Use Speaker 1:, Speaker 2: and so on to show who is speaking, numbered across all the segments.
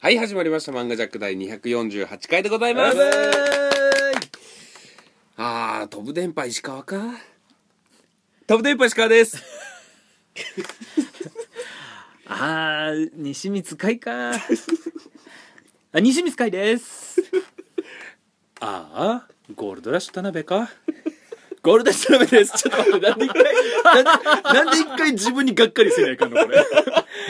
Speaker 1: はい、始まりました。漫画ジャック第248回でございます。あー、飛ぶ電波石川か。飛ぶ電波石川です。
Speaker 2: あー西光海か あ西光海です
Speaker 3: ああゴールドラッシュ田辺か
Speaker 2: ゴールデンスラメですちょっと待ってなんで一回
Speaker 3: なんで一回自分にがっかりせないかんのこれ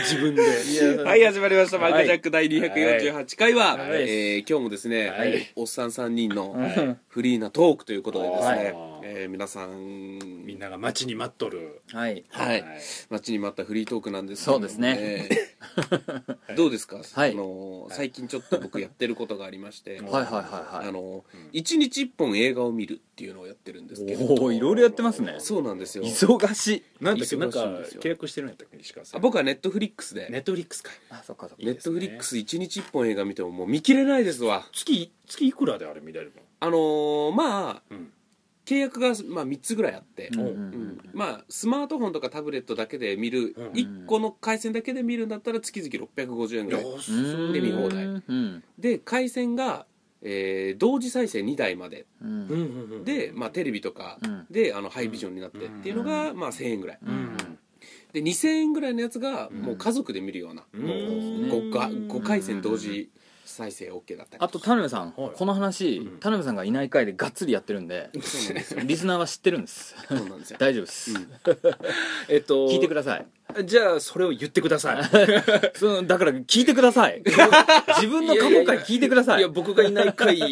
Speaker 3: 自分で
Speaker 1: はい、始まりました。漫画ジャック第248回は、
Speaker 2: はい
Speaker 1: えー今日もですね、
Speaker 3: はい
Speaker 1: おっさん3人の
Speaker 2: い
Speaker 1: フリーなトークということでですね、
Speaker 3: はい
Speaker 1: えー皆さん、
Speaker 3: みんなが待ちに待っとる
Speaker 2: はい
Speaker 1: はい
Speaker 3: はい、
Speaker 1: 待ちに待ったフリートークなんですけども
Speaker 2: そうで
Speaker 1: えー どうですか、
Speaker 2: はい
Speaker 1: あのー最近ちょっと僕やってることがありまし
Speaker 2: は
Speaker 1: て、
Speaker 2: いはいはい
Speaker 1: あ
Speaker 2: はい
Speaker 1: の1日1本映画を見るっていうのをやってるんですけど
Speaker 2: おおいろいろやってますね
Speaker 1: そうなんですよ
Speaker 2: 忙しい
Speaker 3: なんだっ
Speaker 1: 忙しい
Speaker 3: け
Speaker 1: ん
Speaker 3: なんか
Speaker 1: ですよ
Speaker 3: 契約してるんやったっけ石川さ
Speaker 1: あ
Speaker 3: ん
Speaker 1: 僕はネットフリックスで
Speaker 3: ネットフリックスか
Speaker 2: あそっかそっか
Speaker 1: ネ
Speaker 3: い
Speaker 1: ッ
Speaker 3: です
Speaker 1: トフ
Speaker 3: ね
Speaker 1: リックス1日1本映画見てももう見切れないですわ
Speaker 3: 月月いくらであれ見れる
Speaker 1: あのーまあ
Speaker 3: のうん
Speaker 1: 契約が、まあ、3つぐらいあって、
Speaker 2: うんうん
Speaker 1: うんまあスマートフォンとかタブレットだけで見る、
Speaker 3: うんうん
Speaker 1: 1個の回線だけで見るんだったら月々650円ぐらい
Speaker 3: よ
Speaker 2: う
Speaker 3: し
Speaker 2: ん
Speaker 1: で見放題
Speaker 2: うん
Speaker 1: で回線が、えー同時再生2台まで
Speaker 2: う
Speaker 3: うんんうんうん
Speaker 1: で、まあ、テレビとか
Speaker 2: うん
Speaker 1: であのハイビジョンになってっていうのが、まあ、1000円ぐらい
Speaker 3: うん
Speaker 1: で2000円ぐらいのやつがもう家族で見るような、
Speaker 3: うん
Speaker 1: もう
Speaker 3: うん
Speaker 1: 5, か5回線同時再生 OK だったり
Speaker 2: あと田辺さん
Speaker 3: はい
Speaker 2: この話
Speaker 3: うん
Speaker 2: 田辺さんがいない回でがっつりやってるんで
Speaker 1: そうなんですよ
Speaker 2: リスナーは知ってるんです
Speaker 1: そうなん ですよ
Speaker 2: 大丈夫です
Speaker 1: うん
Speaker 3: えっと
Speaker 2: 聞いてください
Speaker 3: さいじゃあそれを言 ってください
Speaker 2: そうだから聞いてください自分の過去回聞いてくださ
Speaker 3: いや
Speaker 2: い
Speaker 3: 僕がいない回は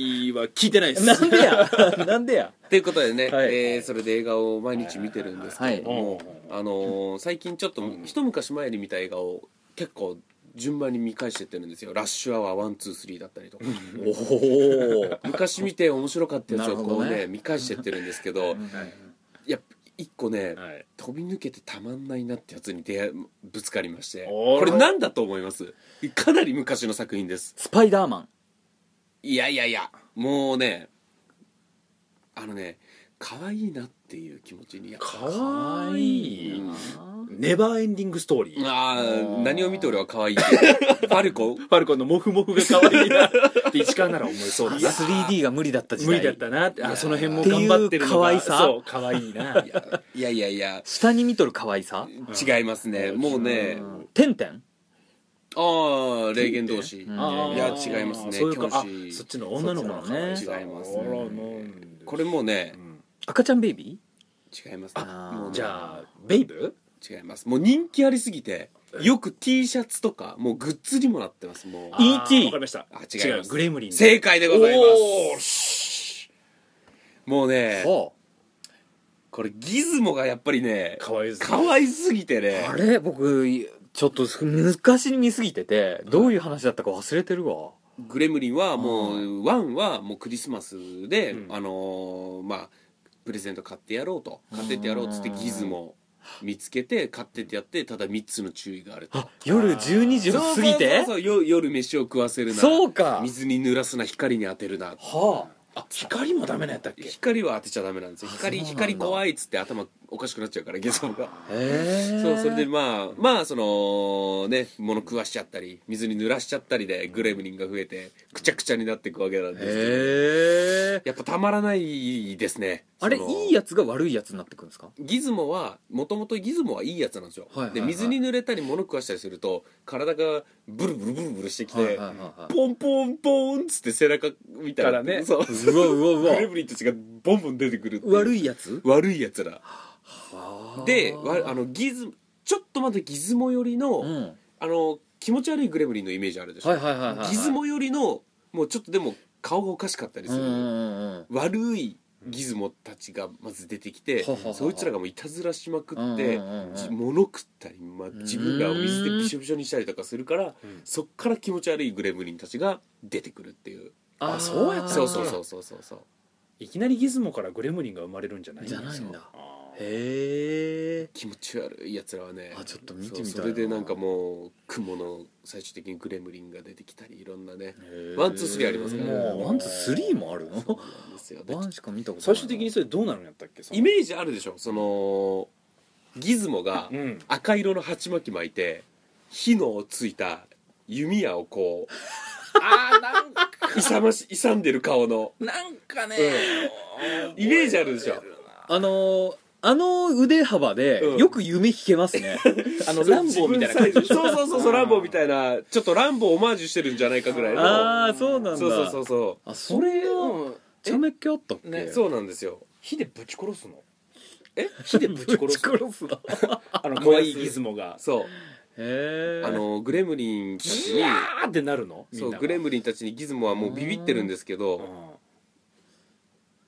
Speaker 3: 聞いてないです
Speaker 2: なんでやなんでや
Speaker 1: ということでね、
Speaker 2: はい
Speaker 1: えーそれで映画を毎日見てるんですけれども、
Speaker 3: はい
Speaker 1: あのー最近ちょっと一昔前に見た映画を結構順番に見返してってるんですよ「ラッシュアワー123」だったりとか
Speaker 2: おお
Speaker 1: 昔見て面白かったやつをこう
Speaker 2: なるほど
Speaker 1: ね
Speaker 2: ね
Speaker 1: 見返してってるんですけどやっぱ一個ね、
Speaker 3: はい
Speaker 1: 飛び抜けてたまんないなってやつに出会いぶつかりまして
Speaker 3: お
Speaker 1: こ
Speaker 3: ら
Speaker 1: れ何だと思いますかなり昔の作品です
Speaker 2: スパイダーマン
Speaker 1: いやいやいやもうねあのね可愛いなっていう気持ちにやっ
Speaker 3: か
Speaker 2: か
Speaker 3: わいいネバーエンディングストーリー
Speaker 1: あー何を見て俺は可愛いってフ ァルコ
Speaker 3: ファルコンのモフモフが可愛いなって市川なら思いそうだな
Speaker 2: 3D が無理だった時
Speaker 3: 無
Speaker 2: 代
Speaker 3: 理だったなって
Speaker 1: いや
Speaker 3: あその辺も頑張ってるの
Speaker 2: っ
Speaker 3: が
Speaker 2: ていう可愛さ
Speaker 3: そう可愛いない
Speaker 1: やいやいやいや
Speaker 2: 下に見とる可愛さ
Speaker 1: 違いますねもうね
Speaker 2: てんてん
Speaker 1: ああ霊言同士い
Speaker 2: んあー
Speaker 1: や違いますね
Speaker 3: そういうかあ
Speaker 1: 教師
Speaker 3: そっちの女の子の可愛さ
Speaker 1: 違いますね
Speaker 3: あらなんで
Speaker 1: これもうね
Speaker 3: うん
Speaker 2: 赤ちゃんベイビ
Speaker 1: 違いますね
Speaker 2: あー
Speaker 1: もうね
Speaker 3: じゃあベイブ
Speaker 1: 違いますもう人気ありすぎてよく T シャツとかもうグッズにもなってますもう
Speaker 2: あ E.T.
Speaker 3: わかりました
Speaker 1: あ違います
Speaker 3: うグレムリン
Speaker 1: 正解でござい
Speaker 3: お
Speaker 1: ま
Speaker 3: ー
Speaker 1: すもうね
Speaker 2: ーほ
Speaker 1: これギズモがやっぱりね
Speaker 3: 可愛いですね
Speaker 1: 可愛すぎて
Speaker 2: う
Speaker 1: ね
Speaker 2: あれ僕ちょっと昔に見すぎててどういう話だったか忘れてるわ
Speaker 1: グレムリンはもうワンはもうクリスマスで、
Speaker 3: うん
Speaker 1: あのーまあプレゼント買ってやろうと買ってってやろうっつって
Speaker 2: うん
Speaker 1: ギズモ見つけて買ってってやってただ3つの注意があると
Speaker 2: あ夜12時を過ぎて
Speaker 1: そうそうそうそうよ夜飯を食わせるな
Speaker 2: そうか
Speaker 1: 水に濡らすな光に当てるな
Speaker 2: は
Speaker 3: あ光もダメなやったっけ
Speaker 1: 光は当てちゃダメなんですよ
Speaker 2: あ
Speaker 1: 光
Speaker 2: そうなんだ
Speaker 1: 光怖いっつって頭おかしくなっちゃうからゲソ
Speaker 2: あ
Speaker 1: が
Speaker 2: へえ
Speaker 1: そうそれでまあまあそのね物食わしちゃったり水に濡らしちゃったりでグレムリンが増えてくちゃくちゃになっていくわけなんですけど
Speaker 2: へえ
Speaker 1: やっぱたまらないですね
Speaker 2: あれ
Speaker 1: その
Speaker 2: いいやつが悪いやつになってくるんですか
Speaker 1: ギズモはもともとギズモはいいやつなんですよ、
Speaker 2: はいはいはい
Speaker 1: で水に濡れたり物食わしたりすると体がブルブルブルブルしてきて、
Speaker 2: はいはいはいはい
Speaker 1: ポンポンポンっつって背中みたい
Speaker 3: か
Speaker 1: な
Speaker 3: らね
Speaker 1: そう
Speaker 2: うわうわう
Speaker 1: グ
Speaker 2: わ
Speaker 1: レムリンたちがボンボン出てくるっていう
Speaker 2: 悪いやつ
Speaker 1: 悪いやつらでわあのギズちょっとまだギズモ寄りの、
Speaker 2: うんは
Speaker 1: あの気持ち悪いグレムリンのイメージあるでし
Speaker 2: い
Speaker 1: ょ、
Speaker 2: はいはいはい
Speaker 1: ギズモ寄りのもうちょっとでも顔がおかしかったりす
Speaker 2: うん
Speaker 1: る、
Speaker 2: うんうん
Speaker 1: 悪いギズモたちがまず出てきて、
Speaker 2: はははは
Speaker 1: そいつらがもういたずらしまく
Speaker 2: うん
Speaker 1: っ
Speaker 2: うん
Speaker 1: て、
Speaker 2: うんうん
Speaker 1: じ物食ったり、まあ、自分らを水でびしょびしょにしたりとかするから、
Speaker 3: うん
Speaker 1: そっから気持ち悪いグレムリンたちが出てくるっていう
Speaker 2: あ
Speaker 3: あそうやったん
Speaker 1: そ
Speaker 3: だ
Speaker 1: うそうそうそうそうそう
Speaker 3: いきなりギズモからグレムリンが生まれるんじゃない
Speaker 2: じゃないんだ
Speaker 3: あー
Speaker 2: へえ
Speaker 1: 気持ち悪いやつらはね
Speaker 2: あちょっと見てみたいな
Speaker 1: そうそれでなんかもう雲の最終的にグレムリンが出てきたりいろんなねワンツースリーありますからね
Speaker 2: もうワンツースリーもある
Speaker 1: そう
Speaker 2: の
Speaker 1: なんですよで
Speaker 2: ワンしか見たことない
Speaker 3: 最終的にそれどうなるんやったっけその
Speaker 1: イメージあるでしょそのギズモが
Speaker 3: うん
Speaker 1: 赤色の鉢巻き巻いて火のついた弓矢をこうあーなんか勇まし勇んでる顔の
Speaker 4: なんかね、
Speaker 1: イメージあるでしょ
Speaker 2: あのーあの腕幅で
Speaker 1: うん
Speaker 2: よく夢聞けます ね、
Speaker 4: あのランボーみたいな感じ
Speaker 1: そうそうそうそうランボーみたいなちょっとランボーオマージュしてるんじゃないかぐらいの
Speaker 2: ああそうなんだ
Speaker 1: そうそうそうそ
Speaker 2: あそ
Speaker 4: それ
Speaker 2: れは
Speaker 4: を
Speaker 2: ちゃめっきゃあったっけ、
Speaker 4: ね
Speaker 1: うそうなんですよ
Speaker 4: 火でぶち殺すの
Speaker 1: え
Speaker 4: 火でぶち殺すの
Speaker 2: すな
Speaker 3: あの可愛いギズモが
Speaker 1: そう
Speaker 2: へえ
Speaker 1: あのグレムリンたち
Speaker 3: ギ
Speaker 1: に
Speaker 3: ヤーってなるのみ
Speaker 1: そ
Speaker 3: ん
Speaker 1: う
Speaker 3: なが
Speaker 1: グレムリンたちにギズモはもうビビってるんですけ
Speaker 3: う
Speaker 1: ど
Speaker 3: ん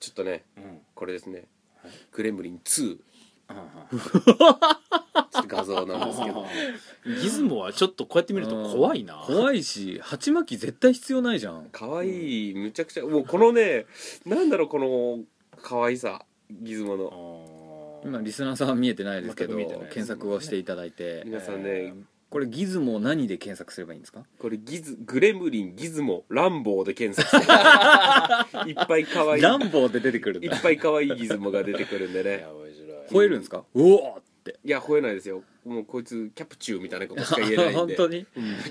Speaker 1: ちょっとね
Speaker 3: うんうん
Speaker 1: これですねグレムリン2ち
Speaker 3: うん
Speaker 1: ょっと画像なんです けど
Speaker 3: うん ギズモはちょっとこうやって見ると怖いな
Speaker 2: 怖いし鉢巻き絶対必要ないじゃん
Speaker 1: 可愛いむちゃくちゃもうこのねなんだろうこの可愛さギズモの
Speaker 3: うん
Speaker 2: 今リスナーさんは見えてないですけど、
Speaker 3: 全く見えてないです
Speaker 2: 検索をしていただいて、
Speaker 1: 皆さん
Speaker 3: え
Speaker 1: ね
Speaker 3: ー
Speaker 2: これギズモを何で検索すればいいんですか
Speaker 1: これギズグレムリンギズモランボーで検索して いっぱい可愛い
Speaker 2: ランボーで出てくるん
Speaker 1: い
Speaker 2: だ
Speaker 1: っぱい可愛いギズモが出てくるんでね
Speaker 2: 吠えるんですかうおーって
Speaker 1: いや吠えないですよもうこいつキャプチューみたいなことしか言えないん で
Speaker 2: 本当に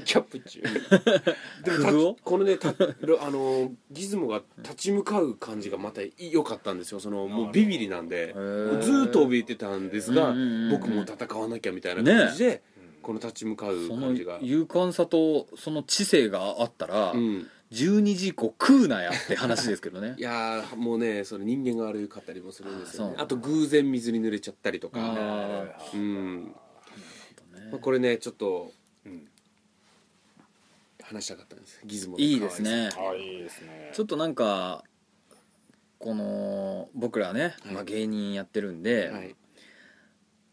Speaker 3: キャプチュー
Speaker 1: で
Speaker 2: クグオ
Speaker 1: もたこのねた あのギズモが立ち向かう感じがまた良かったんですよそのもうビビりなんで
Speaker 2: へ
Speaker 1: も
Speaker 2: ー
Speaker 1: うずーっと怯えてたんですが
Speaker 2: うんうんうん
Speaker 1: 僕も戦わなきゃみたいな感じで、この立ち向かう
Speaker 2: その
Speaker 1: 感じが、
Speaker 2: 勇敢さとその知性があったら、
Speaker 1: うん、
Speaker 2: 12時以降食うなやって話ですけどね
Speaker 1: いやーもうねその人間が悪かったりもするんですよ、ね
Speaker 2: あ、そ
Speaker 1: あ
Speaker 2: う
Speaker 1: と偶然水に濡れちゃったりと
Speaker 2: あ
Speaker 1: か
Speaker 2: ー
Speaker 1: うん、まあ、
Speaker 2: ね
Speaker 1: これねちょっと
Speaker 3: うん
Speaker 1: 話したかったんですギズモの可愛
Speaker 2: いい
Speaker 1: さ
Speaker 2: ですね
Speaker 3: あいいですね
Speaker 2: ちょっとなんかこの僕らね、
Speaker 1: はい
Speaker 2: まあ、芸人やってるんで、
Speaker 1: はい、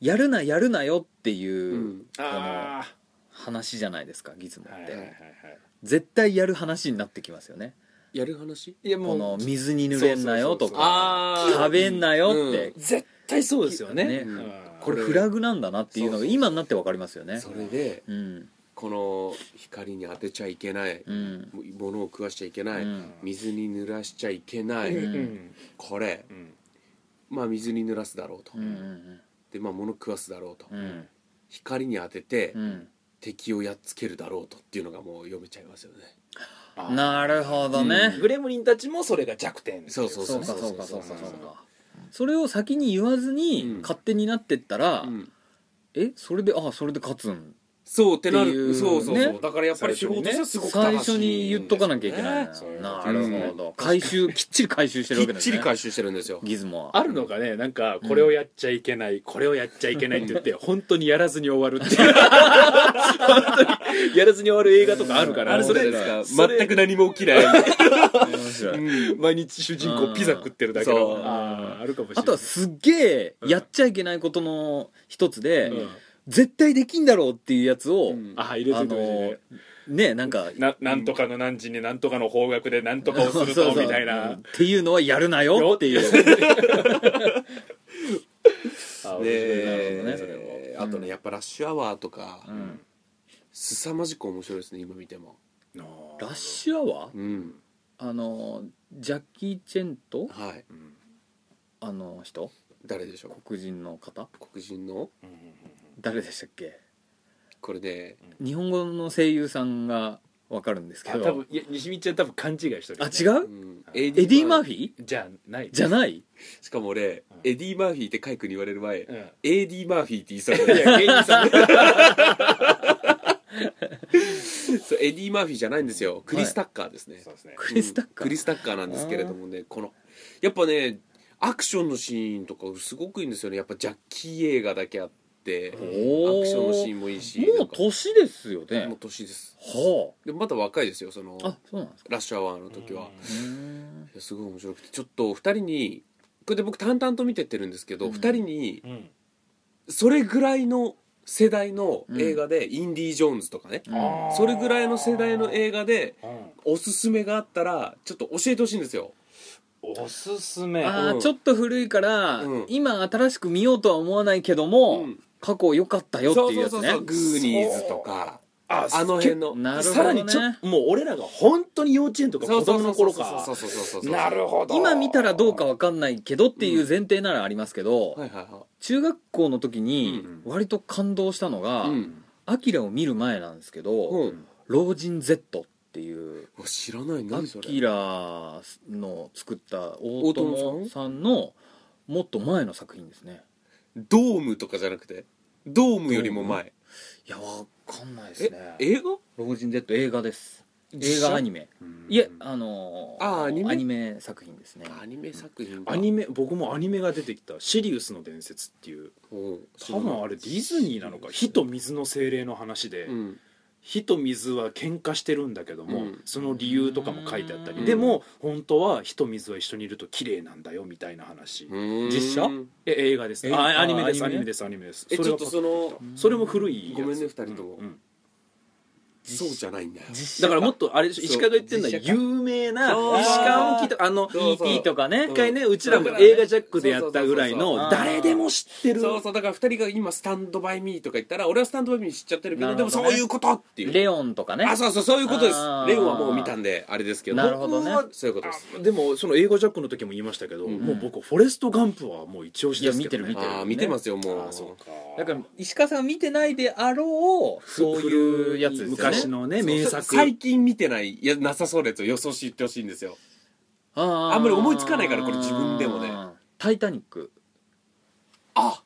Speaker 2: やるなやるなよっていう、
Speaker 1: うん
Speaker 3: あ
Speaker 2: 話じゃないですかギズモ
Speaker 3: あはい
Speaker 2: っ
Speaker 3: は
Speaker 2: て、
Speaker 3: いはいはい
Speaker 2: 絶対やる話になってきますよね
Speaker 1: やる話
Speaker 3: いや
Speaker 2: この水に濡れんなよと
Speaker 3: そうそうそうそう
Speaker 2: か
Speaker 1: あ
Speaker 2: 食べんなよって、
Speaker 3: 絶対そうですよね
Speaker 2: ね
Speaker 3: うん
Speaker 2: これフラグなんだなっていうの
Speaker 1: そう
Speaker 2: が
Speaker 1: そうそう
Speaker 2: 今になって分かりますよね
Speaker 1: それで
Speaker 2: うん
Speaker 1: この光に当てちゃいけない、
Speaker 2: うん
Speaker 1: ものを食わしちゃいけない、
Speaker 2: うん
Speaker 1: 水に濡らしちゃいけない、
Speaker 2: うん
Speaker 1: これ
Speaker 3: うん
Speaker 1: まあ水に濡らすだろうと、
Speaker 2: うんうん
Speaker 1: でまあ物食わすだろうと、
Speaker 2: うん
Speaker 1: 光に当てて、
Speaker 2: うん
Speaker 1: 敵をやっつけるだろうとっていうのがもう読めちゃいますよね
Speaker 3: あ
Speaker 2: う
Speaker 3: ー
Speaker 2: んなるほどね、
Speaker 4: グレムリンたちもそれが弱点
Speaker 1: そうそう
Speaker 2: そう
Speaker 1: そ
Speaker 2: か
Speaker 1: う
Speaker 2: そうか
Speaker 1: そ
Speaker 2: そううかそう
Speaker 1: そう
Speaker 2: かそれを先に言わずに、
Speaker 1: うん
Speaker 2: 勝手になってったら、
Speaker 1: うん
Speaker 2: えそれであそれで勝つん
Speaker 1: そうってな
Speaker 2: ってい
Speaker 1: る
Speaker 2: う
Speaker 1: そうそうそう、
Speaker 2: ね
Speaker 1: だからやっぱり手法としてはすごく
Speaker 2: 最初に言っとかなきゃいけない
Speaker 1: ね
Speaker 2: な、
Speaker 3: そういうこと
Speaker 2: なるほど回収きっちり回収してるわけ
Speaker 1: きっ
Speaker 2: だよね
Speaker 1: ちり回収してるんですよ
Speaker 2: ギズモは
Speaker 3: あるのがねなんかこれをやっちゃいけない、これをやっちゃいけないって言 って本当にやらずに終わるっていう 本当にやらずに終わる映画とかあるから
Speaker 2: うん
Speaker 3: そ
Speaker 1: そ
Speaker 3: れ
Speaker 1: うです
Speaker 3: そ
Speaker 1: か
Speaker 3: れ
Speaker 1: 全く何も起きない、う
Speaker 2: 面白い
Speaker 1: ん
Speaker 3: 毎日主人
Speaker 2: うん
Speaker 3: 公ピザ食ってるだけの
Speaker 1: そう
Speaker 3: あーあるかもしれな
Speaker 2: あ
Speaker 3: い
Speaker 2: とはすっげえやっちゃいけないことの一つで、
Speaker 3: うん
Speaker 2: 絶対できんだろうっていうやつを、
Speaker 1: うん
Speaker 3: あー入れ
Speaker 2: あ
Speaker 3: といて
Speaker 2: の
Speaker 3: ほしいね
Speaker 2: ねなんか
Speaker 3: ななんとかの何時になんとかの方角でなんとかをす る
Speaker 2: そう
Speaker 3: と
Speaker 2: そう
Speaker 3: みたいな
Speaker 2: うんっていうのはやるなよっていう
Speaker 3: あー面白いな
Speaker 1: で、
Speaker 2: なるほどね
Speaker 3: それも
Speaker 1: あとね、
Speaker 2: うん
Speaker 1: やっぱラッシュアワーとか、
Speaker 2: うん
Speaker 1: 凄まじく面白いですね今見ても
Speaker 2: ラッシュアワー
Speaker 1: うん
Speaker 2: あのジャッキー・チェンと
Speaker 1: はい
Speaker 3: うん
Speaker 2: あの人
Speaker 1: 誰でしょ
Speaker 2: 黒人の方
Speaker 1: う黒人の
Speaker 3: うんうん
Speaker 2: 誰でしたっけ
Speaker 1: これで
Speaker 2: 日本語の声優さんがわかるんですけ
Speaker 3: あ
Speaker 2: ど
Speaker 3: 多分いや西見ちゃん多分勘違いしてるよ
Speaker 2: あ
Speaker 3: ね
Speaker 2: 違
Speaker 1: う
Speaker 2: うん
Speaker 3: エ
Speaker 2: エディ・マー
Speaker 1: ー
Speaker 2: フィー
Speaker 3: じゃない
Speaker 2: じゃ
Speaker 3: い
Speaker 2: ない
Speaker 1: しかも俺、
Speaker 3: うん
Speaker 1: エディ・マーフィーってカイ君に言われる前、
Speaker 3: うん
Speaker 1: エディ・マーフィーって言いそうだ
Speaker 3: い
Speaker 1: ね
Speaker 3: や芸人さん
Speaker 1: そうエディ・マーフィーじゃないんですよクリス・タッカーですね、
Speaker 3: そうですね
Speaker 2: クリスタッカ
Speaker 1: うんクリ
Speaker 2: ー
Speaker 1: スタッカーなんですけれどもねこのやっぱねアクションのシーンとかすごくいいんですよねやっぱジャッキー映画だけあってアク
Speaker 2: おー
Speaker 1: ションのシーンもいいし
Speaker 2: も
Speaker 1: なん
Speaker 2: う
Speaker 1: か
Speaker 2: 年ですよね
Speaker 1: もう年です
Speaker 2: は
Speaker 1: でまだ若いですよその
Speaker 2: ああそうなんですか
Speaker 1: ラッシュアワーの時
Speaker 2: う
Speaker 1: は、
Speaker 2: ーん
Speaker 1: いやすごい面白くてちょっと2人にこれで僕淡々と見てってるんですけど、
Speaker 2: うん
Speaker 1: 2人に
Speaker 3: うん
Speaker 1: それぐらいの世代の映画で、インディ・ージョーンズとかね、
Speaker 2: あ
Speaker 1: それぐらいの世代の映画で
Speaker 3: うん
Speaker 1: おすすめがあったらちょっと教えてほしいんですよ
Speaker 3: おすすめ
Speaker 2: あ
Speaker 1: う
Speaker 2: ー
Speaker 1: ん
Speaker 2: ちょっと古いから、
Speaker 1: うん
Speaker 2: 今新しく見ようとは思わないけども、
Speaker 1: うん
Speaker 2: 過去良かったよって
Speaker 1: そう
Speaker 2: いう
Speaker 1: そう
Speaker 2: やつね
Speaker 1: そうそうグーニーズとか
Speaker 3: あ
Speaker 1: あの辺の
Speaker 2: なるほ
Speaker 3: さ
Speaker 2: ど
Speaker 3: ら
Speaker 2: ね
Speaker 3: にちょっともう俺らが本当に幼稚園とか
Speaker 1: そう
Speaker 3: 子
Speaker 1: そう
Speaker 3: 供
Speaker 1: そうそう
Speaker 3: の頃
Speaker 1: そ
Speaker 3: か
Speaker 1: うそうそうそうそう
Speaker 3: なるほど
Speaker 2: 今見たらどうかわかんないけどっていう前提ならありますけど、
Speaker 1: はいはいは
Speaker 2: 中学校の時に
Speaker 1: うん
Speaker 2: 割と感動したのが
Speaker 1: いうん
Speaker 2: 「アキラを見る前なんですけど、
Speaker 1: うん
Speaker 2: 老人 Z っていう
Speaker 1: あ知らない
Speaker 2: ア
Speaker 1: 何それ
Speaker 2: キラの作った大友さんのもっと前の作品ですね
Speaker 1: ドームとかじゃなくてドームよりも前
Speaker 2: いやわかんないですね
Speaker 1: 映画
Speaker 2: 老人 Z 映画です映
Speaker 1: 実写
Speaker 2: 画アニメいえあのー
Speaker 1: あアニメ
Speaker 2: 作品ですね
Speaker 1: アニメ作品か
Speaker 3: アニメ僕もアニメが出てきた「シリウスの伝説」っていう
Speaker 1: おう
Speaker 3: 多分あれディズニーなのか火と水の精霊の話で、
Speaker 1: うん
Speaker 3: 火と水は喧嘩してるんだけども、
Speaker 1: うん
Speaker 3: その理由とかも書いてあったり、
Speaker 1: うん
Speaker 3: でも本当は火と水は一緒にいると綺麗なんだよみたいな話、
Speaker 2: 実写
Speaker 3: え映画です
Speaker 2: 映
Speaker 3: ね
Speaker 2: 画
Speaker 3: あアニメです
Speaker 2: あ
Speaker 3: ア
Speaker 2: アニメ
Speaker 3: ニメですアニメです
Speaker 1: え
Speaker 3: そ
Speaker 1: ち
Speaker 3: れ
Speaker 1: ょ
Speaker 3: が
Speaker 1: っとその
Speaker 3: それも古いやつ
Speaker 1: ごめんね二人とも
Speaker 3: うんうん
Speaker 1: そうじゃないんだよ
Speaker 2: 実
Speaker 3: だからもっとあれ
Speaker 1: そう
Speaker 3: 石川が言ってるのは
Speaker 4: 実写化
Speaker 3: 有名な
Speaker 1: そう
Speaker 3: 石川を聞いたあの
Speaker 1: そうそう
Speaker 2: E.T. とかね
Speaker 1: うん
Speaker 3: 一回ねうちらも映画ジャックでやったぐらい
Speaker 1: そう
Speaker 2: そうそう
Speaker 3: の誰でも知ってる
Speaker 1: そうそうだから二人が今「スタンドバイミー」とか言ったら俺は「スタンドバイミー」知っちゃってるけど
Speaker 2: な
Speaker 1: で
Speaker 2: る
Speaker 1: も
Speaker 2: ほ
Speaker 1: そ
Speaker 2: どね
Speaker 1: ういうことっていう
Speaker 2: レオンとかね
Speaker 1: あそうそうそういうことです
Speaker 2: あー
Speaker 1: レオンはもう見たんであれですけど
Speaker 2: なるほどね
Speaker 1: 僕はそういうことです
Speaker 3: あでもその映画ジャックの時も言いましたけど
Speaker 1: うん
Speaker 3: もう僕フォレストガンプはもう一押しですけどね
Speaker 2: いや見てる
Speaker 1: ああ見てますよ
Speaker 3: あ
Speaker 1: もう
Speaker 3: ーそうか
Speaker 2: だから石川さんが見てないであろうそういうやつですよね
Speaker 3: 昔のね
Speaker 1: そう
Speaker 3: 名
Speaker 1: さ
Speaker 3: 作
Speaker 1: 最近見てないいやなさそうなやつを予想して言ってほしいんですよ
Speaker 2: あー
Speaker 1: あんまり思いつかないからこれ自分でもね
Speaker 2: 「タイタニック
Speaker 1: あ」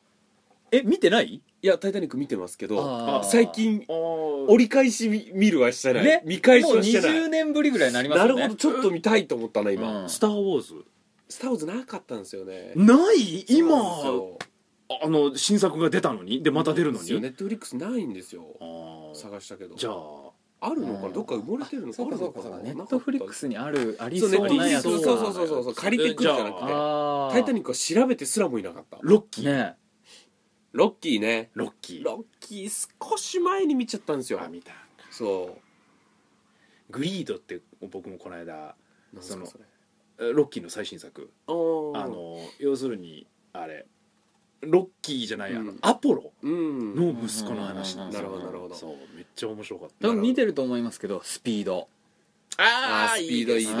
Speaker 2: え見てない
Speaker 1: いや「タイタニック」見てますけど
Speaker 2: あー
Speaker 1: 最近
Speaker 3: あー
Speaker 1: 折り返し見見るはしてない、
Speaker 2: ね
Speaker 1: 見返
Speaker 2: も
Speaker 1: し
Speaker 2: う
Speaker 1: はしてない
Speaker 2: 20年ぶりぐらいになります
Speaker 1: な
Speaker 2: よね
Speaker 1: るほどちょっと見たいと思ったな今、
Speaker 2: うん
Speaker 3: スター・ウォーズ
Speaker 1: スター・ウォーズなかったんですよね
Speaker 3: ない
Speaker 1: そう
Speaker 3: 今
Speaker 1: なんですよ
Speaker 3: あの新作が出たのにでまた出るの
Speaker 1: そう
Speaker 3: に
Speaker 1: ネットフリックスないんですよ
Speaker 3: あー
Speaker 1: 探したけど
Speaker 3: じゃあ
Speaker 1: あるのか
Speaker 2: う
Speaker 1: なんどっか埋もれてるのか
Speaker 2: そ
Speaker 1: あ
Speaker 2: うか
Speaker 1: る
Speaker 2: そ
Speaker 1: の
Speaker 2: う
Speaker 1: か
Speaker 2: かそう
Speaker 1: な
Speaker 2: かネットフリックスにあるあり
Speaker 1: そ
Speaker 2: そう
Speaker 1: ネ
Speaker 2: う
Speaker 1: ットフ
Speaker 2: な
Speaker 1: リッ
Speaker 2: や
Speaker 1: クス
Speaker 2: つ
Speaker 1: そう
Speaker 3: ネッ
Speaker 1: そうそうそうそ
Speaker 3: トフリックス
Speaker 1: う借りてくるんじゃなくて
Speaker 2: あー
Speaker 1: 「タイタニック」は調べてすらもいなかった
Speaker 3: ロッキー
Speaker 2: ね
Speaker 1: ロッキーね
Speaker 3: ロッキー
Speaker 1: ロッキー少し前に見ちゃったんですよ
Speaker 3: あ見た
Speaker 1: そ
Speaker 3: グリードって僕もこの間
Speaker 1: う
Speaker 3: その
Speaker 1: なんすか
Speaker 3: えロッキーの最新作
Speaker 1: それ
Speaker 3: あの要するにあれロッキーじゃないあの、
Speaker 1: うん
Speaker 3: アポロ
Speaker 1: うん
Speaker 3: の息子の話なんですよ
Speaker 1: うんうんうんうんなるほどなるほど
Speaker 3: そうめっちゃ面白かっ
Speaker 2: 多
Speaker 3: た
Speaker 2: 分見てると思いますけどスピード
Speaker 1: あースピードいいですね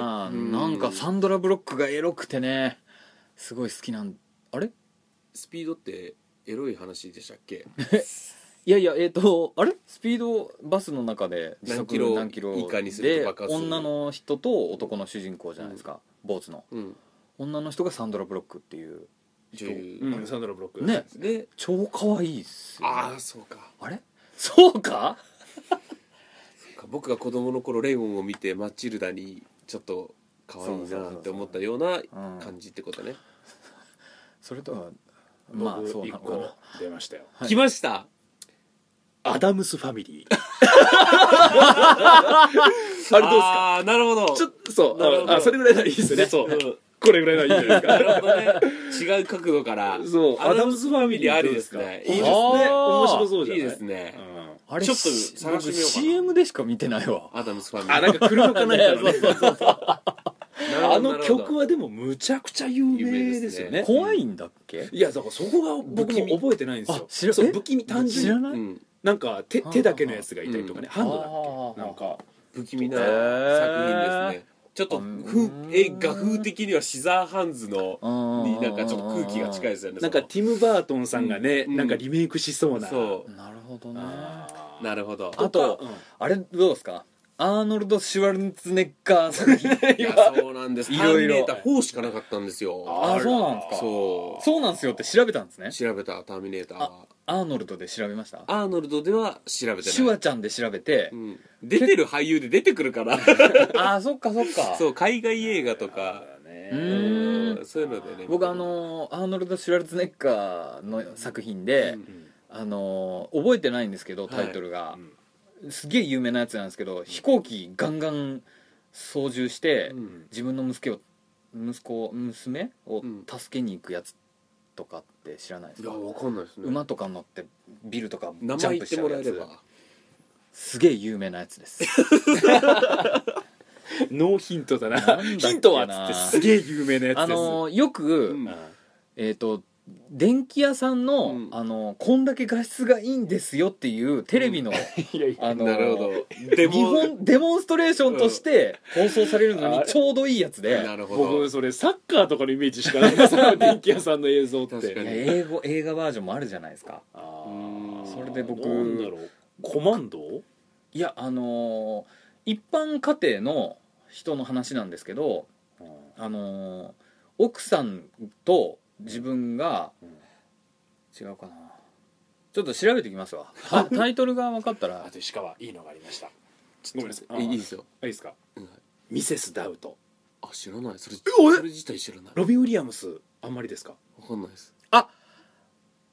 Speaker 2: あー
Speaker 1: うん
Speaker 2: なんかサンドラ・ブロックがエロくてねすごい好きなんあれ
Speaker 1: スピードってエロい話でしたっけ
Speaker 2: いやいやえっ、とあれスピードバスの中で時
Speaker 1: 何
Speaker 2: 速
Speaker 1: キロ
Speaker 2: 何キロ
Speaker 1: 以下にすると
Speaker 2: で
Speaker 1: 爆発する
Speaker 2: 女の人と男の主人公じゃないですか、坊主の
Speaker 1: うん
Speaker 2: 女の人がサンドラ・ブロックっていう
Speaker 1: 女優
Speaker 3: うんうんサンドラブロック
Speaker 2: ね
Speaker 1: で
Speaker 2: 超可愛いっすよ、
Speaker 1: ああそうか
Speaker 2: あれそうか
Speaker 1: 僕が子供の頃レオンを見てマチルダにちょっと可愛いなって思ったような
Speaker 2: うん
Speaker 1: 感じってことね
Speaker 2: それとは
Speaker 3: 僕
Speaker 2: まあそう
Speaker 3: 一
Speaker 2: なのか
Speaker 3: 個
Speaker 2: な
Speaker 3: 出ましたよ
Speaker 2: はい
Speaker 1: 来ました
Speaker 3: アダムスファミリー
Speaker 1: あ
Speaker 3: あれどうです か
Speaker 1: あーなるほど
Speaker 3: ちょっとそう
Speaker 1: なるほど
Speaker 3: あそれぐらいならいいですねそうこれぐらいならいいんじ
Speaker 1: な
Speaker 3: ゃないですか
Speaker 1: るほどね違う角度から
Speaker 3: そう
Speaker 1: アダムスファミリーありです
Speaker 3: どう
Speaker 1: ね
Speaker 3: で
Speaker 1: いい
Speaker 3: すか
Speaker 1: です
Speaker 2: あー
Speaker 1: ね
Speaker 3: 面白そうじ
Speaker 1: い
Speaker 3: ゃ
Speaker 1: い
Speaker 3: ない
Speaker 1: ですね
Speaker 3: うん
Speaker 2: あれ
Speaker 1: ちょっと
Speaker 2: し
Speaker 1: 探してみよう
Speaker 2: 僕
Speaker 1: かな
Speaker 2: CM でしか見てないわ
Speaker 1: アダムスファミリー
Speaker 3: あなんか車かないからね
Speaker 1: なるほ
Speaker 3: あ
Speaker 1: ど
Speaker 3: の曲はでもむちゃくちゃ有名ですよ
Speaker 1: 有名ですね
Speaker 3: ね
Speaker 2: 怖いんだっけ
Speaker 3: いやだからそこが僕も覚えてないんですよ
Speaker 2: あ知ら
Speaker 3: そう
Speaker 2: え
Speaker 3: 不気味単
Speaker 2: 知
Speaker 3: 純
Speaker 2: ら
Speaker 3: に
Speaker 1: な
Speaker 2: な
Speaker 1: るほど
Speaker 2: い
Speaker 1: うん
Speaker 3: なんか手手だけのやつがいたりとかね、ハンドだ
Speaker 2: あ
Speaker 3: っ
Speaker 2: ー
Speaker 3: けなんか
Speaker 1: 不気味な
Speaker 2: へ
Speaker 1: 作
Speaker 2: ー
Speaker 1: 品ですねちょっと
Speaker 2: う
Speaker 1: 風
Speaker 2: ん
Speaker 1: え画風的にはシザーハンズのになんかちょっと空気が近い
Speaker 2: い
Speaker 1: ですよね
Speaker 3: なんかティム・バートンさんがね、
Speaker 1: うん
Speaker 3: なんかリメイクしそうな
Speaker 1: そ
Speaker 2: なるほどね
Speaker 3: あ
Speaker 1: うなるほど
Speaker 2: あとあれどうですかアーノルド・シュワルツェネッガー 作品
Speaker 1: いやそうなんです
Speaker 2: い
Speaker 1: ター
Speaker 2: ろ
Speaker 1: ミ
Speaker 2: いろ
Speaker 1: ネーター4しかなかったんですよ
Speaker 2: あそうなんですか
Speaker 1: そ
Speaker 2: そうなんですよって調べたんですね
Speaker 1: う調べたターミネーターは
Speaker 2: アーノルドで調べました
Speaker 1: アーノルドでは調べてない
Speaker 2: シュワちゃんで調べて
Speaker 1: うん出てる俳優で出てくるから
Speaker 2: ああそっかそっか
Speaker 1: そう海外映画とか
Speaker 2: う
Speaker 1: う
Speaker 2: ーん
Speaker 1: んそういうのでね
Speaker 2: 僕あのーアーノルド・シュワルツェネッガーの作品で、
Speaker 1: うん
Speaker 2: あのー覚えてないんですけどタイトルが、すげえ有名なやつなんですけど飛行機ガンガン操縦して、
Speaker 1: うん
Speaker 2: 自分の息子を息子娘を
Speaker 1: うん
Speaker 2: 助けに行くやつとかって知らないで
Speaker 1: い
Speaker 2: す
Speaker 1: や
Speaker 2: か、
Speaker 1: わかんないですね
Speaker 2: 馬とか乗ってビルとかジ
Speaker 1: 名
Speaker 2: ャ
Speaker 1: 前
Speaker 2: ンプ
Speaker 1: 言っ
Speaker 2: してちゃ
Speaker 1: も
Speaker 2: う
Speaker 1: ら
Speaker 2: や
Speaker 1: えれ
Speaker 2: つ
Speaker 1: ば
Speaker 2: すげえ有名なやつです
Speaker 3: ノーヒントだな
Speaker 2: なんだっけな
Speaker 3: ヒントはっつってすげえ有名なやつです、
Speaker 2: あのーよく、
Speaker 1: うん
Speaker 2: えっ、と電気屋さんの、
Speaker 1: うん
Speaker 2: あのーこんだけ画質がいいんですよっていうテレビの、
Speaker 3: いやいや
Speaker 2: あのー
Speaker 1: なるほどで
Speaker 2: 日本デモンストレーションとして放送されるの
Speaker 3: あ
Speaker 2: に
Speaker 3: れ
Speaker 2: ちょうどいいやつで
Speaker 1: なるほど
Speaker 3: 僕それサッカーとかのイメージしかないですよ電気屋さんの映像って
Speaker 1: 確か
Speaker 2: い
Speaker 1: に
Speaker 2: や英語映画バージョンもあるじゃないですか
Speaker 3: あー
Speaker 2: それで僕
Speaker 3: なんだろうコマンド
Speaker 2: いやあのー一般家庭の人の話なんですけど、あのー奥さんと自分が、違うかなちょっと調べてきます わあタイトルが分かったら
Speaker 4: あと石川いいのがありました
Speaker 3: ごめんなさいあ
Speaker 1: いい
Speaker 3: いい
Speaker 1: ですよ
Speaker 3: ですか
Speaker 1: うん
Speaker 3: ミセス・ダウト
Speaker 1: あ知らないそれ
Speaker 3: おえ
Speaker 1: それ自体知らない
Speaker 3: ロビン・ウィリアムスあんまりですか
Speaker 1: わかんないです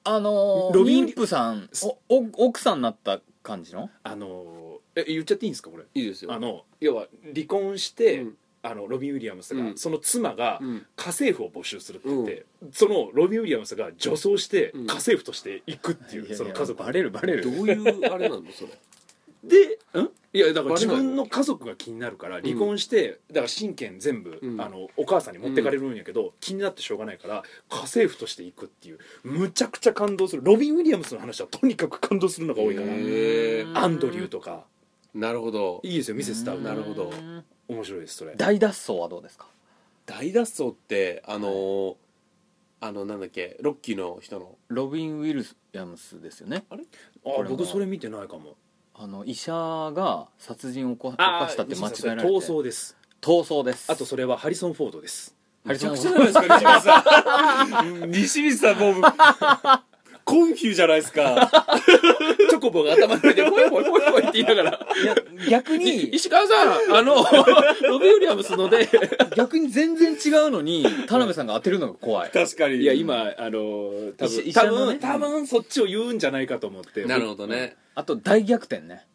Speaker 2: あのー
Speaker 3: ロビン
Speaker 2: 妊婦さんおお奥さんになった感じの
Speaker 3: あのーえ言っちゃっていいんですかこれ
Speaker 1: いいですよ
Speaker 3: あの要は離婚して、
Speaker 1: うん
Speaker 3: あのロビン・ウィリアムスが、
Speaker 1: うん
Speaker 3: その妻が
Speaker 1: うん
Speaker 3: 家政婦を募集するって言って、そのロビン・ウィリアムスが女装して
Speaker 1: うん
Speaker 3: 家政婦として行くってい
Speaker 2: い
Speaker 3: う、
Speaker 2: やいや
Speaker 3: その家族
Speaker 2: バレるバレ
Speaker 1: どう
Speaker 2: る
Speaker 1: いうあれなのそれ
Speaker 3: でんいやだから
Speaker 1: バレ
Speaker 3: 自
Speaker 1: ない
Speaker 3: 分の家族が気になるから離婚して、だから親権全部、
Speaker 1: うん
Speaker 3: あのお母さんに持ってかれるんやけど、気になってしょうがないから家政婦として行くっていうむちゃくちゃ感動するロビン・ウィリアムスの話はとにかく感動するのが多いから、
Speaker 1: へ
Speaker 3: アンドリューとか
Speaker 1: なるほど
Speaker 3: いいですよミセス・ダウ
Speaker 1: なるほど
Speaker 2: うん
Speaker 3: 面白いですそれ
Speaker 2: 大脱走はどうですか
Speaker 1: 大脱走ってあのーあのなんだっけロッキーの人の
Speaker 2: ロビン・ウィルヤムスですよね
Speaker 3: あ
Speaker 2: これも
Speaker 3: 僕それ見てないかも
Speaker 2: あの医者が殺人をこ
Speaker 3: あ
Speaker 2: 犯したって間違えられて
Speaker 3: 逃走です
Speaker 2: 逃走です
Speaker 3: あとそれはハリソン・フォード です
Speaker 2: ハリソン
Speaker 1: じゃないですか西光さん西光さん もうコンフューじゃないですか
Speaker 3: チョコボが頭の上で「ほいほいほいほい」って言いなが ら
Speaker 2: いや逆 に
Speaker 3: 石川さんあ のロビン・ウィリアムス ので
Speaker 2: 逆に全然違うのに田辺さんが当てるのが怖い
Speaker 1: 確かに
Speaker 3: いや今あの多
Speaker 2: 医者
Speaker 3: 分多
Speaker 2: のね
Speaker 3: 分多分そっちを言うんじゃないかと思って
Speaker 1: なるほどね
Speaker 2: あと大逆転ね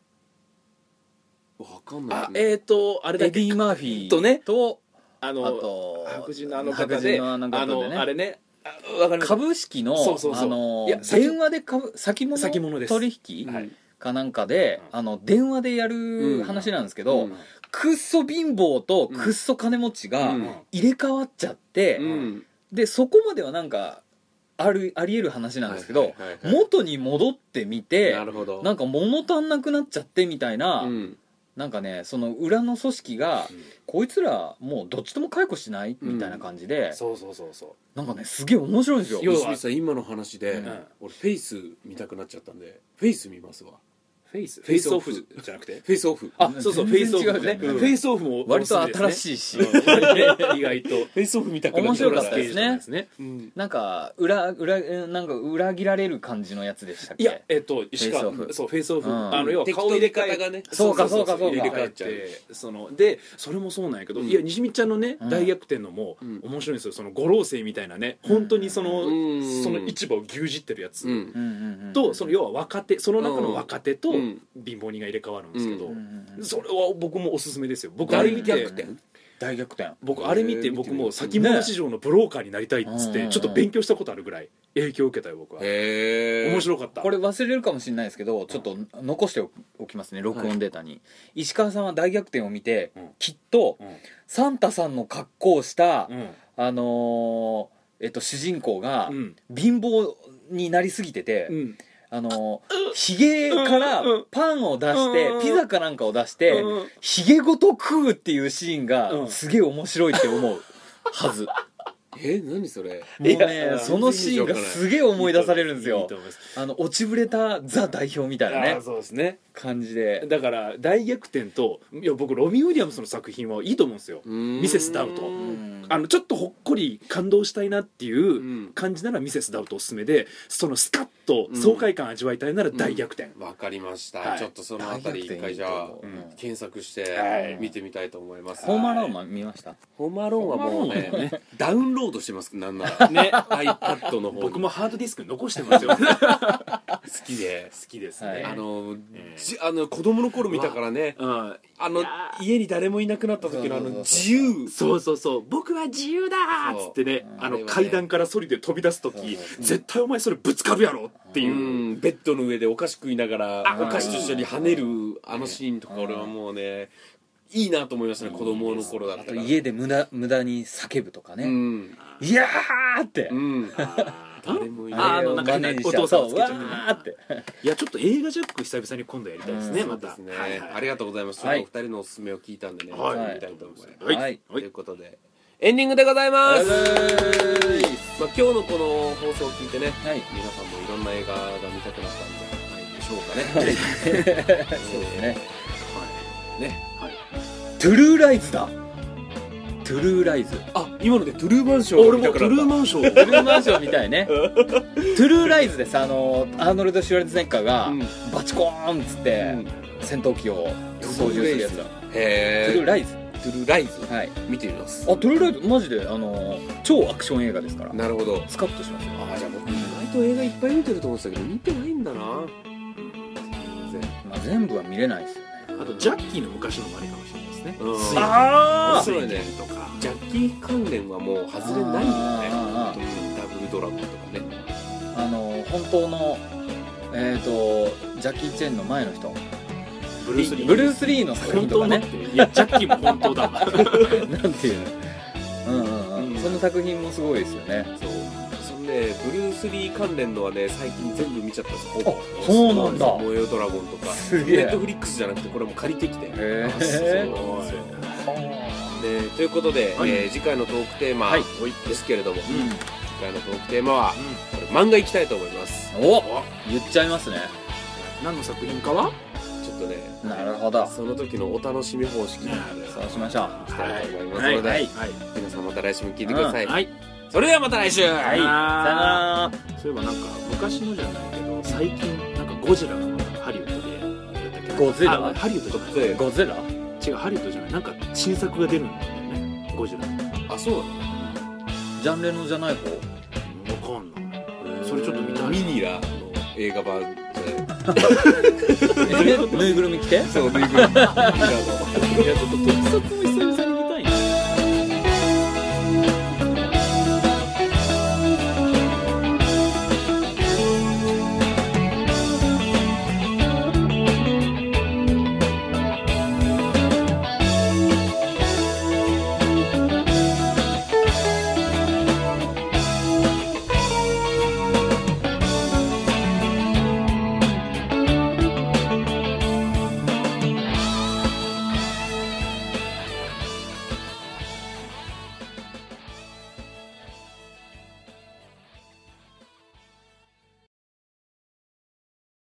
Speaker 1: わかんないで
Speaker 3: あ
Speaker 1: すね
Speaker 3: えっとあれだ
Speaker 2: エデ
Speaker 3: け
Speaker 2: ィ・マーフィー
Speaker 3: とね
Speaker 2: と
Speaker 3: あ
Speaker 2: あ
Speaker 3: の
Speaker 2: と
Speaker 3: 白人のあの
Speaker 2: 白
Speaker 3: 方
Speaker 2: 人
Speaker 3: で
Speaker 2: の
Speaker 3: あ
Speaker 2: あの方でね
Speaker 3: のあれねあわかります
Speaker 2: 株式の
Speaker 3: そうそうそう
Speaker 2: あの
Speaker 3: いや先
Speaker 2: 電話で株先物
Speaker 3: 先物です
Speaker 2: 取引
Speaker 3: はい
Speaker 2: かなんかで、
Speaker 3: うん
Speaker 2: あの電話でや
Speaker 1: うん
Speaker 2: る話なんですけど、
Speaker 1: うん
Speaker 2: くっそ貧乏とくっそ金持ちが
Speaker 1: うん
Speaker 2: 入れ替わっちゃって、
Speaker 1: うん
Speaker 2: でそこまではなんかあるありえる話なんですけど、
Speaker 1: はいはいはいはい
Speaker 2: 元に戻ってみて
Speaker 1: なるほど
Speaker 2: なんか物足んなくなっちゃってみたいな、
Speaker 1: うん
Speaker 2: なんかねその裏の組織が、こいつらもうどっちとも解雇しないみたいな感じで、
Speaker 4: そうそうそうそう
Speaker 2: なんかねすげえ面白いんですよ
Speaker 3: 要は
Speaker 1: 西光さん今の話で
Speaker 3: ん
Speaker 1: 俺フェイス見たくなっちゃったんでフェイス見ますわ
Speaker 3: フェイスフ
Speaker 1: フ
Speaker 3: ェ
Speaker 1: ェ
Speaker 3: イ
Speaker 1: イ
Speaker 3: ス
Speaker 1: ス
Speaker 3: オ
Speaker 1: オ
Speaker 3: フ
Speaker 1: フ
Speaker 3: じゃなくて
Speaker 1: フェイスオフ
Speaker 3: あそうそうフェ
Speaker 2: 全
Speaker 3: イスオ
Speaker 2: 然違う
Speaker 3: フね
Speaker 2: うん
Speaker 3: フェイスオフも
Speaker 2: 割と新
Speaker 3: い
Speaker 2: しいし、
Speaker 3: 意外と
Speaker 1: フェイスオフ見たくな
Speaker 2: 面
Speaker 1: っちゃ
Speaker 2: 白
Speaker 1: っ
Speaker 2: か
Speaker 1: た
Speaker 2: ったですね
Speaker 3: ね
Speaker 1: うん
Speaker 2: なんか裏裏えなんか裏切られる感じのやつでしたっけ
Speaker 3: いやえっと石川
Speaker 2: フェイスオフ
Speaker 3: そうフェイスオフ、
Speaker 2: うん
Speaker 3: あの要は
Speaker 1: 適
Speaker 3: 顔
Speaker 1: 当
Speaker 3: 入
Speaker 1: に
Speaker 3: れ替え
Speaker 1: 方がね
Speaker 2: そうかそうかそうか
Speaker 3: 入れ替え
Speaker 1: 入れ替
Speaker 3: てそのでそれもそうなんやけど、
Speaker 1: うん
Speaker 3: いや西見ちゃんのね、
Speaker 2: うん
Speaker 3: 大逆転のも
Speaker 1: うん
Speaker 3: 面白いんですよその五老星みたいなね本当にその、
Speaker 1: うん
Speaker 3: その市場を牛耳ってるやつ、
Speaker 1: うん
Speaker 2: うんうんうん
Speaker 3: とその要は若手その中の若手と
Speaker 1: うん
Speaker 3: 貧乏人が入れ替わるんですけど、
Speaker 2: うんうんうん
Speaker 3: それは僕もおすすめですよ僕あれ
Speaker 1: 大
Speaker 3: 見
Speaker 1: 逆
Speaker 3: て
Speaker 1: 転
Speaker 2: 大逆転
Speaker 3: 僕あれ見
Speaker 1: へ
Speaker 3: て
Speaker 1: ー
Speaker 3: 僕
Speaker 1: 見てみよ
Speaker 3: も
Speaker 1: う
Speaker 3: 先物市場のブローカーになりたいっつっ
Speaker 2: う
Speaker 3: て
Speaker 2: ん
Speaker 3: ちょっと勉強したことあるぐらい影響を受けたよ僕は
Speaker 1: へえ
Speaker 3: 面白かった
Speaker 2: これ忘れるかもしれないですけどちょっと残しておきますね録音データに、石川さんは大逆転を見て、
Speaker 3: うん
Speaker 2: きっと
Speaker 3: うん
Speaker 2: サンタさんの格好をした、
Speaker 3: うん
Speaker 2: あのーえっと主人公が
Speaker 3: うん
Speaker 2: 貧乏になりすぎてて、
Speaker 3: うん
Speaker 2: あのーひげから
Speaker 3: うん
Speaker 2: パンを出して、
Speaker 3: うん
Speaker 2: ピザかなんかを出して、
Speaker 3: うん
Speaker 2: ひげごと食うっていうシーン
Speaker 3: う
Speaker 2: が
Speaker 3: ん
Speaker 2: すげえ面白いって思うはずも
Speaker 1: え何それ
Speaker 2: う
Speaker 3: いや
Speaker 2: ねそのシーンがすげえ思い出されるんです
Speaker 3: いい
Speaker 2: よ
Speaker 3: と思います
Speaker 2: あの落ちぶれたザ代表みたいな
Speaker 3: あ
Speaker 2: ね
Speaker 3: ーそうですね
Speaker 2: 感じで
Speaker 3: だから大逆転といや僕ロミー・ウィリアムスの作品はいいと思うんですよ、ミ
Speaker 1: ミ
Speaker 3: セスダウト
Speaker 2: うん
Speaker 3: あのちょっとほっこり感動したいなっていう
Speaker 1: わ
Speaker 3: 感じならミセスダウトおすすめでそのスカッと爽快感味わいたいなら大逆転、
Speaker 1: かりまし
Speaker 3: は
Speaker 1: た
Speaker 3: い
Speaker 1: ちょっとそのあ
Speaker 2: 大
Speaker 1: た
Speaker 2: 逆
Speaker 1: り
Speaker 2: 転いいと思う
Speaker 1: 一回じゃ
Speaker 2: う
Speaker 1: あ
Speaker 2: ん
Speaker 1: 検索し
Speaker 3: はい
Speaker 1: て見てみたいと思います
Speaker 2: ホームアローンも見ました
Speaker 1: ホームアローンはもう
Speaker 3: ホームアローンは
Speaker 1: ねダウンロードしてますなん ならね iPad の方に
Speaker 3: 僕もハードディスクに残してますよ 好
Speaker 1: 好きで
Speaker 3: きです
Speaker 2: はい
Speaker 3: ね、
Speaker 1: あの
Speaker 3: ええ
Speaker 1: じあの子供の頃見たからね
Speaker 3: うん
Speaker 1: あの
Speaker 3: いやー
Speaker 1: 家に誰もいなくなった時のあの自由
Speaker 3: そうそうそう僕は自由だーっつって
Speaker 1: そ
Speaker 3: ね
Speaker 1: う
Speaker 3: あ
Speaker 1: あれは
Speaker 3: の
Speaker 1: ね
Speaker 3: 階段からソリで飛び出す
Speaker 2: そう
Speaker 3: 時
Speaker 2: そう
Speaker 3: 絶対お前それぶつかるやろっていううん
Speaker 1: ベッドの上でお菓子食いながら
Speaker 3: あ
Speaker 1: お菓子と一緒に跳ねるあのシーンとか俺はもうねいいなと思いましたね子供の頃だっ
Speaker 2: あ
Speaker 1: たか
Speaker 2: と
Speaker 1: ら
Speaker 2: 家で無駄無駄に叫ぶとか
Speaker 1: う
Speaker 2: ね
Speaker 1: ん
Speaker 2: いやーって
Speaker 1: うん
Speaker 3: あー
Speaker 1: 誰もいない
Speaker 3: あ
Speaker 2: あ
Speaker 3: の
Speaker 2: の
Speaker 3: なんか
Speaker 2: なん
Speaker 3: 変な
Speaker 2: か
Speaker 3: お父さんをつ
Speaker 2: う
Speaker 3: けちゃ
Speaker 2: わ
Speaker 3: ってね
Speaker 2: ーって
Speaker 3: いやちょっと映画ジャック久々に今度やりたいですね、
Speaker 2: うん
Speaker 3: ま
Speaker 1: で
Speaker 3: た
Speaker 1: すね、
Speaker 3: はいはい
Speaker 1: ありがとうございます、
Speaker 2: はい
Speaker 1: ちょっとお二人のおすすめを聞いたんでね、
Speaker 3: はい
Speaker 1: 見たいと思います、
Speaker 3: はい
Speaker 2: はい
Speaker 1: ということでエンディングでございます
Speaker 2: はーい
Speaker 1: まあ、今日のこの放送を聞いてね
Speaker 2: はい
Speaker 1: 皆さんもいろんな映画が見たくなったんじゃないでししょうかね
Speaker 2: そうですね
Speaker 1: ね
Speaker 2: トゥルーライズだトゥルーライズ
Speaker 1: あ今のでトゥルーマンション
Speaker 4: 俺もトゥルーマンション
Speaker 2: トゥルーマンションみたいねトゥルーライズですあのアーノルド・シュワルツェネッカーが、
Speaker 1: うん
Speaker 2: バチコーンっつって、戦闘機を操縦するやつだト
Speaker 1: へ
Speaker 2: ゥルー
Speaker 1: え
Speaker 2: ライズ
Speaker 1: トゥルーライズ
Speaker 2: はい
Speaker 1: 見てみます
Speaker 2: あトゥルーライズマジであの超アクション映画ですから
Speaker 1: なるほど
Speaker 2: スカッとしますよ
Speaker 1: あじゃあ僕意外と映画いっぱい見てると思ってたけど見てないんだな全然
Speaker 2: まあ、全部は見れないですよね
Speaker 3: あとジャッキーの昔のもありかもしれないですね
Speaker 1: うん
Speaker 3: 水
Speaker 1: あ
Speaker 2: あ
Speaker 1: ー
Speaker 3: 水源とか
Speaker 1: ジャッキー関連はもう外れないよね
Speaker 2: あ
Speaker 1: ダブルドラゴンとかね
Speaker 2: ーあの本当のえっ、とジャッキー・チェンの前の人
Speaker 3: ブルース・リー
Speaker 2: ブルース・リーの作
Speaker 3: 本
Speaker 2: 品と
Speaker 3: 当
Speaker 2: か
Speaker 3: のっ
Speaker 2: ね
Speaker 3: ていやジャッキーも本当だわ
Speaker 2: なんていうのうんうんうん、
Speaker 1: うん
Speaker 2: その作品もすごいですよね
Speaker 1: そうそのねブルース・リー関連のはね最近全部見ちゃったんですよほぼ
Speaker 2: あそうなんだ
Speaker 1: 燃えよドラゴン」とか
Speaker 2: すげえ
Speaker 1: ネットフリックスじゃなくてこれも借りてきて
Speaker 2: へ
Speaker 1: あそう
Speaker 2: え
Speaker 1: なんですよでということで、
Speaker 3: はい
Speaker 1: えー次回のトークテーマ
Speaker 2: はい
Speaker 1: ですけれども、次回のトークテーマは、これ漫画いきたいと思います
Speaker 2: お言っちゃいますね
Speaker 3: 何の作品かは
Speaker 1: ちょっとね
Speaker 2: なるほどそ
Speaker 1: その時のお楽しみ方式に
Speaker 2: うしましょう
Speaker 1: きたいと思いますの
Speaker 2: はい
Speaker 1: で、
Speaker 2: はい
Speaker 3: はい
Speaker 1: 皆さんまた来週も聞いてください、
Speaker 3: はい
Speaker 1: それではまた来週、
Speaker 2: はいさよなら
Speaker 3: そういえばなんか昔のじゃないけど最近なんかゴジラがまたハリウッドでやったっけな
Speaker 2: ゴジラ
Speaker 3: あハリウッドじゃない
Speaker 1: で
Speaker 2: ゴジラ
Speaker 3: 違うハリウッドじゃないなんか新作が出るんだよねゴジラわ
Speaker 1: あそうなの
Speaker 2: ジャンレノじゃない方
Speaker 3: かんないそれちょっと見たい
Speaker 1: ミニラの映画版じゃない
Speaker 2: えぬいぐるみ着て
Speaker 1: そうぬいぐるみミニラの
Speaker 3: いやちょっと特撮も